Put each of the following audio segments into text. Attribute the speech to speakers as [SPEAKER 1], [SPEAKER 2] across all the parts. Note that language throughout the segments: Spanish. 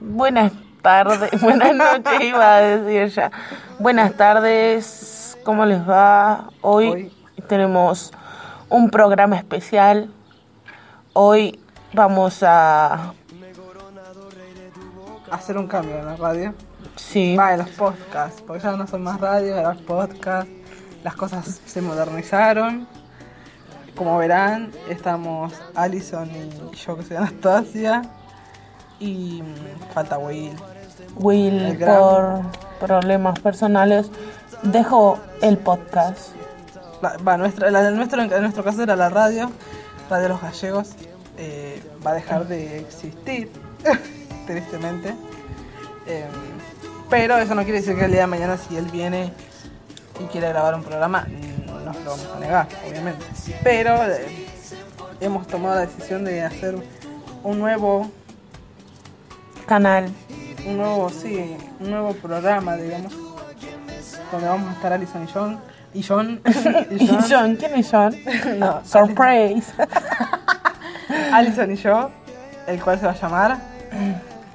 [SPEAKER 1] Buenas tardes, buenas noches iba a decir ya. Buenas tardes, ¿cómo les va? Hoy,
[SPEAKER 2] Hoy.
[SPEAKER 1] tenemos un programa especial. Hoy vamos a...
[SPEAKER 2] hacer un cambio en la radio.
[SPEAKER 1] Sí,
[SPEAKER 2] Va, en los podcasts, porque ya no son más radios, eran podcasts. Las cosas se modernizaron. Como verán, estamos Alison y yo que soy Anastasia. Y mm, falta Will.
[SPEAKER 1] Will por
[SPEAKER 2] el gran-
[SPEAKER 1] problemas personales dejó el podcast.
[SPEAKER 2] La- Va, nuestra, la- nuestro, en nuestro caso era la radio, Radio Los Gallegos, eh, va a dejar de existir, tristemente. Eh, pero eso no quiere decir que el día de mañana si él viene y quiere grabar un programa, no nos lo vamos a negar, obviamente. Pero eh, hemos tomado la decisión de hacer un nuevo,
[SPEAKER 1] Canal.
[SPEAKER 2] un nuevo, sí, un nuevo programa, digamos, donde vamos a estar Alison y John. Y John,
[SPEAKER 1] ¿Y John? ¿Quién es John?
[SPEAKER 2] No,
[SPEAKER 1] Surprise.
[SPEAKER 2] Alison y yo, el cual se va a llamar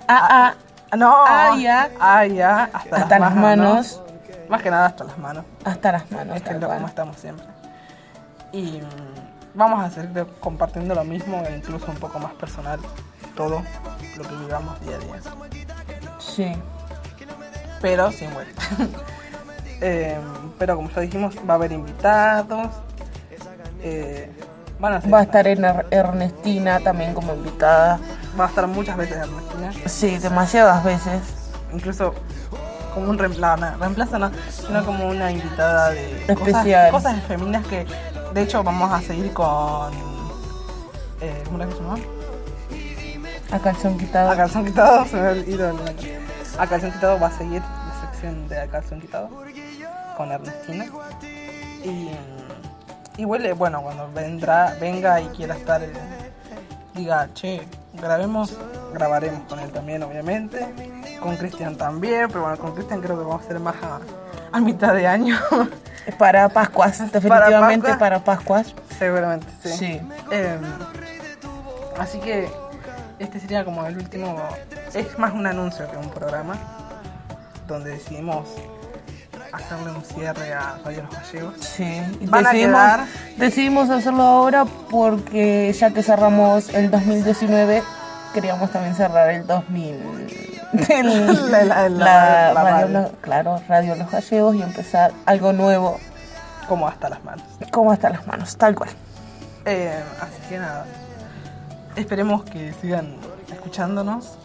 [SPEAKER 1] Ah, ah,
[SPEAKER 2] No,
[SPEAKER 1] Aya.
[SPEAKER 2] Aya, hasta,
[SPEAKER 1] Hasta las
[SPEAKER 2] las
[SPEAKER 1] manos.
[SPEAKER 2] manos. Más que nada hasta las manos.
[SPEAKER 1] hasta las manos.
[SPEAKER 2] es que
[SPEAKER 1] tal
[SPEAKER 2] es lo como
[SPEAKER 1] cual.
[SPEAKER 2] estamos siempre. Y mm, vamos a seguir compartiendo lo mismo e incluso un poco más personal todo lo que vivamos día a día.
[SPEAKER 1] Sí.
[SPEAKER 2] Pero sin web. Eh, pero como ya dijimos, va a haber invitados. Eh, van a ser-
[SPEAKER 1] Va a estar en Er- Ernestina también como invitada.
[SPEAKER 2] va a estar muchas veces Ernestina.
[SPEAKER 1] Sí, demasiadas veces.
[SPEAKER 2] incluso como un reemplazo, no, reemplazo no, sino como una invitada de
[SPEAKER 1] Especial.
[SPEAKER 2] cosas, cosas femeninas que de hecho vamos a seguir con eh, ¿cómo era que se llamaba?
[SPEAKER 1] A calzón quitado.
[SPEAKER 2] A calzón quitado se me ha ido el nombre. A calzón quitado va a seguir la sección de A calzón quitado con Ernestina y y huele bueno cuando vendrá venga y quiera estar eh, diga che grabemos grabaremos con él también obviamente con Cristian también pero bueno con Cristian creo que vamos a hacer más a, a mitad de año
[SPEAKER 1] Para Pascuas, definitivamente
[SPEAKER 2] Pascuas.
[SPEAKER 1] para Pascuas.
[SPEAKER 2] seguramente sí,
[SPEAKER 1] Sí.
[SPEAKER 2] Eh, así que este sería como el último es más un anuncio que un programa donde decidimos hacerle un cierre a Radio Los Gallegos
[SPEAKER 1] Sí. Y
[SPEAKER 2] Van a
[SPEAKER 1] decidimos,
[SPEAKER 2] quedar-
[SPEAKER 1] decidimos hacerlo ahora porque ya que cerramos el 2019, queríamos también cerrar el 2000. el-
[SPEAKER 2] La- la- la-
[SPEAKER 1] la
[SPEAKER 2] la
[SPEAKER 1] radio,
[SPEAKER 2] radio.
[SPEAKER 1] Lo- claro, Radio Los Gallegos y empezar algo nuevo,
[SPEAKER 2] como hasta las manos
[SPEAKER 1] como hasta las manos, tal cual.
[SPEAKER 2] Eh, así que nada. Esperemos que sigan escuchándonos.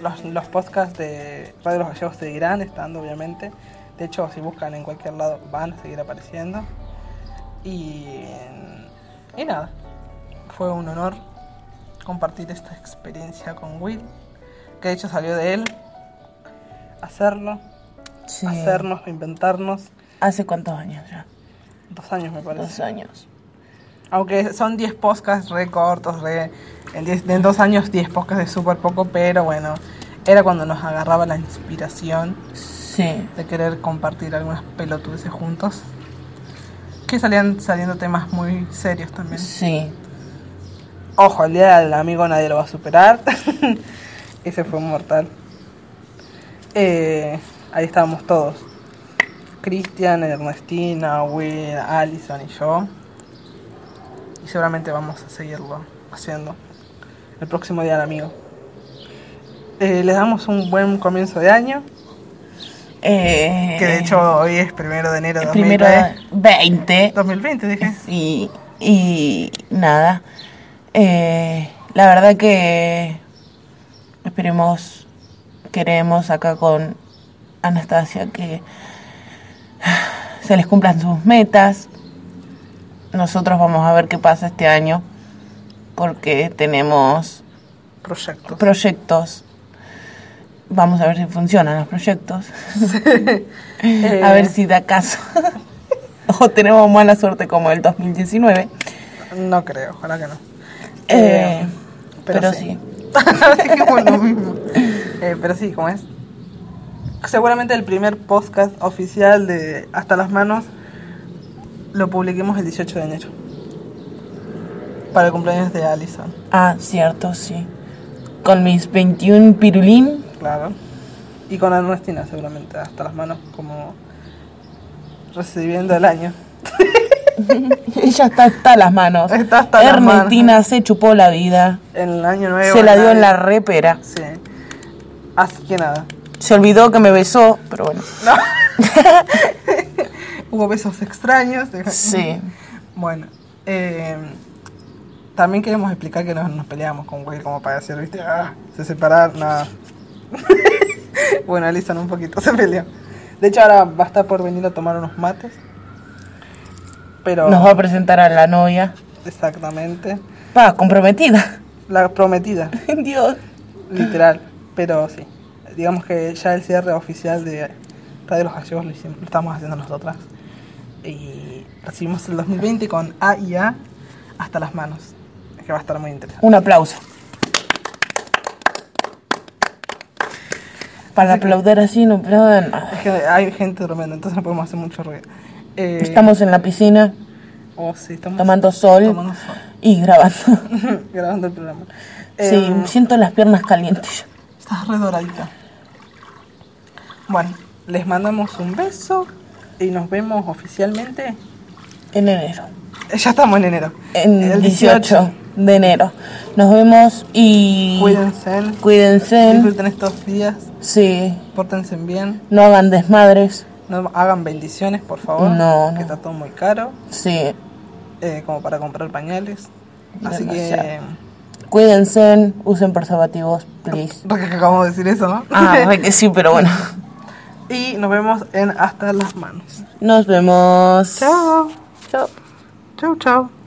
[SPEAKER 2] Los, los podcasts de Radio Los Gallegos seguirán estando, obviamente. De hecho, si buscan en cualquier lado, van a seguir apareciendo. Y, y nada, fue un honor compartir esta experiencia con Will, que de hecho salió de él. Hacerlo,
[SPEAKER 1] Sí.
[SPEAKER 2] hacernos, inventarnos.
[SPEAKER 1] ¿Hace cuántos años ya?
[SPEAKER 2] Dos años, me parece.
[SPEAKER 1] Dos años.
[SPEAKER 2] Aunque son 10 podcasts re cortos, re, en, 10 en dos años 10 podcasts es súper poco, pero bueno, era cuando nos agarraba la inspiración
[SPEAKER 1] Sí.
[SPEAKER 2] de querer compartir algunas pelotudeces juntos. Que salían saliendo temas muy serios también.
[SPEAKER 1] Sí.
[SPEAKER 2] Ojo, el día del amigo nadie lo va a superar. Ese fue mortal. Eh, ahí estábamos todos. Cristian, Ernestina, Will, Allison y yo. Y seguramente vamos a seguirlo haciendo el próximo día del amigo. Eh, les damos un buen comienzo de año.
[SPEAKER 1] Eh,
[SPEAKER 2] Que de hecho hoy es primero de enero de
[SPEAKER 1] el primero
[SPEAKER 2] 2020.
[SPEAKER 1] 20.
[SPEAKER 2] 2020, dije.
[SPEAKER 1] Y, y nada. Eh, la verdad que esperemos, queremos acá con Anastasia que se les cumplan sus metas. Nosotros vamos a ver qué pasa este año porque tenemos
[SPEAKER 2] Proyecto.
[SPEAKER 1] proyectos. Vamos a ver si funcionan los proyectos.
[SPEAKER 2] Eh,
[SPEAKER 1] A ver si da caso. o tenemos mala suerte como el 2019.
[SPEAKER 2] No creo, ojalá que no.
[SPEAKER 1] Eh,
[SPEAKER 2] Eh,
[SPEAKER 1] pero
[SPEAKER 2] pero
[SPEAKER 1] sí.
[SPEAKER 2] sí. Así que bueno, lo mismo. Eh, pero sí, como es. Seguramente el primer podcast oficial de Hasta las Manos lo publiquemos el 18 de enero. para el cumpleaños de Allison.
[SPEAKER 1] Ah, cierto, sí. Con mis 21 pirulín.
[SPEAKER 2] Claro. Y con Ernestina seguramente, hasta las manos como recibiendo el año.
[SPEAKER 1] Ella está hasta las manos.
[SPEAKER 2] Está hasta las manos.
[SPEAKER 1] Ernestina se chupó la vida.
[SPEAKER 2] En el año nuevo.
[SPEAKER 1] Se la dio en la
[SPEAKER 2] nadie-
[SPEAKER 1] repera.
[SPEAKER 2] Sí. Así que nada.
[SPEAKER 1] Se olvidó que me besó, pero bueno.
[SPEAKER 2] No. Hubo besos extraños.
[SPEAKER 1] Sí.
[SPEAKER 2] Bueno, eh, también queremos explicar que nos, nos peleamos con Will como para decir, viste, ah, se separaron, nada. bueno, Alison un poquito se peleó. De hecho, ahora va a estar por venir a tomar unos mates. Pero,
[SPEAKER 1] Nos va a presentar a la novia.
[SPEAKER 2] exactamente,
[SPEAKER 1] Pa, comprometida.
[SPEAKER 2] la prometida,
[SPEAKER 1] Dios.
[SPEAKER 2] literal. Pero sí, digamos que ya el cierre oficial de Radio Los Gallegos lo, hicimos- lo estamos haciendo nosotras. Y recibimos el 2020 con A y A hasta las manos. Que va a estar muy interesante.
[SPEAKER 1] Un aplauso. Para aplaudir así no eh, aplauden nada.
[SPEAKER 2] Es que hay gente durmiendo, entonces no podemos hacer mucho ruido. Eh,
[SPEAKER 1] Estamos en la piscina
[SPEAKER 2] oh, sí, estamos
[SPEAKER 1] tomando sol
[SPEAKER 2] tomando sol.
[SPEAKER 1] y grabando.
[SPEAKER 2] grabando el programa.
[SPEAKER 1] Sí,
[SPEAKER 2] Eh,
[SPEAKER 1] siento las piernas calientes.
[SPEAKER 2] Estás redoradita. Bueno, les mandamos un beso y nos vemos oficialmente.
[SPEAKER 1] En enero.
[SPEAKER 2] Eh, Ya estamos en enero.
[SPEAKER 1] En
[SPEAKER 2] El
[SPEAKER 1] 18 de enero. Nos vemos y
[SPEAKER 2] Cuídense,
[SPEAKER 1] cuídense.
[SPEAKER 2] disfruten estos días,
[SPEAKER 1] Sí,
[SPEAKER 2] pórtense bien,
[SPEAKER 1] no hagan desmadres.
[SPEAKER 2] no hagan bendiciones, por favor,
[SPEAKER 1] No, no.
[SPEAKER 2] que está todo muy caro,
[SPEAKER 1] Sí,
[SPEAKER 2] eh, como para comprar pañales. Así que...
[SPEAKER 1] Demasiado. cuídense, usen preservativos, please.
[SPEAKER 2] Re que acabamos de decir eso, ¿no?
[SPEAKER 1] Ah, re que sí, pero bueno.
[SPEAKER 2] Y nos vemos en Hasta las Manos.
[SPEAKER 1] Nos vemos.
[SPEAKER 2] Chao.
[SPEAKER 1] Chao.
[SPEAKER 2] Chao, chao.